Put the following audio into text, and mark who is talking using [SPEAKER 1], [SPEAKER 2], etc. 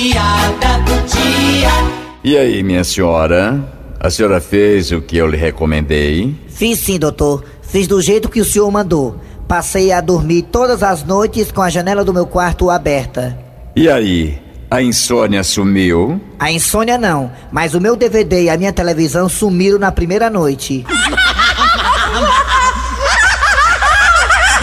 [SPEAKER 1] piada do dia.
[SPEAKER 2] E aí, minha senhora? A senhora fez o que eu lhe recomendei?
[SPEAKER 3] Fiz sim, doutor. Fiz do jeito que o senhor mandou. Passei a dormir todas as noites com a janela do meu quarto aberta.
[SPEAKER 2] E aí, a insônia sumiu?
[SPEAKER 3] A insônia não, mas o meu DVD e a minha televisão sumiram na primeira noite.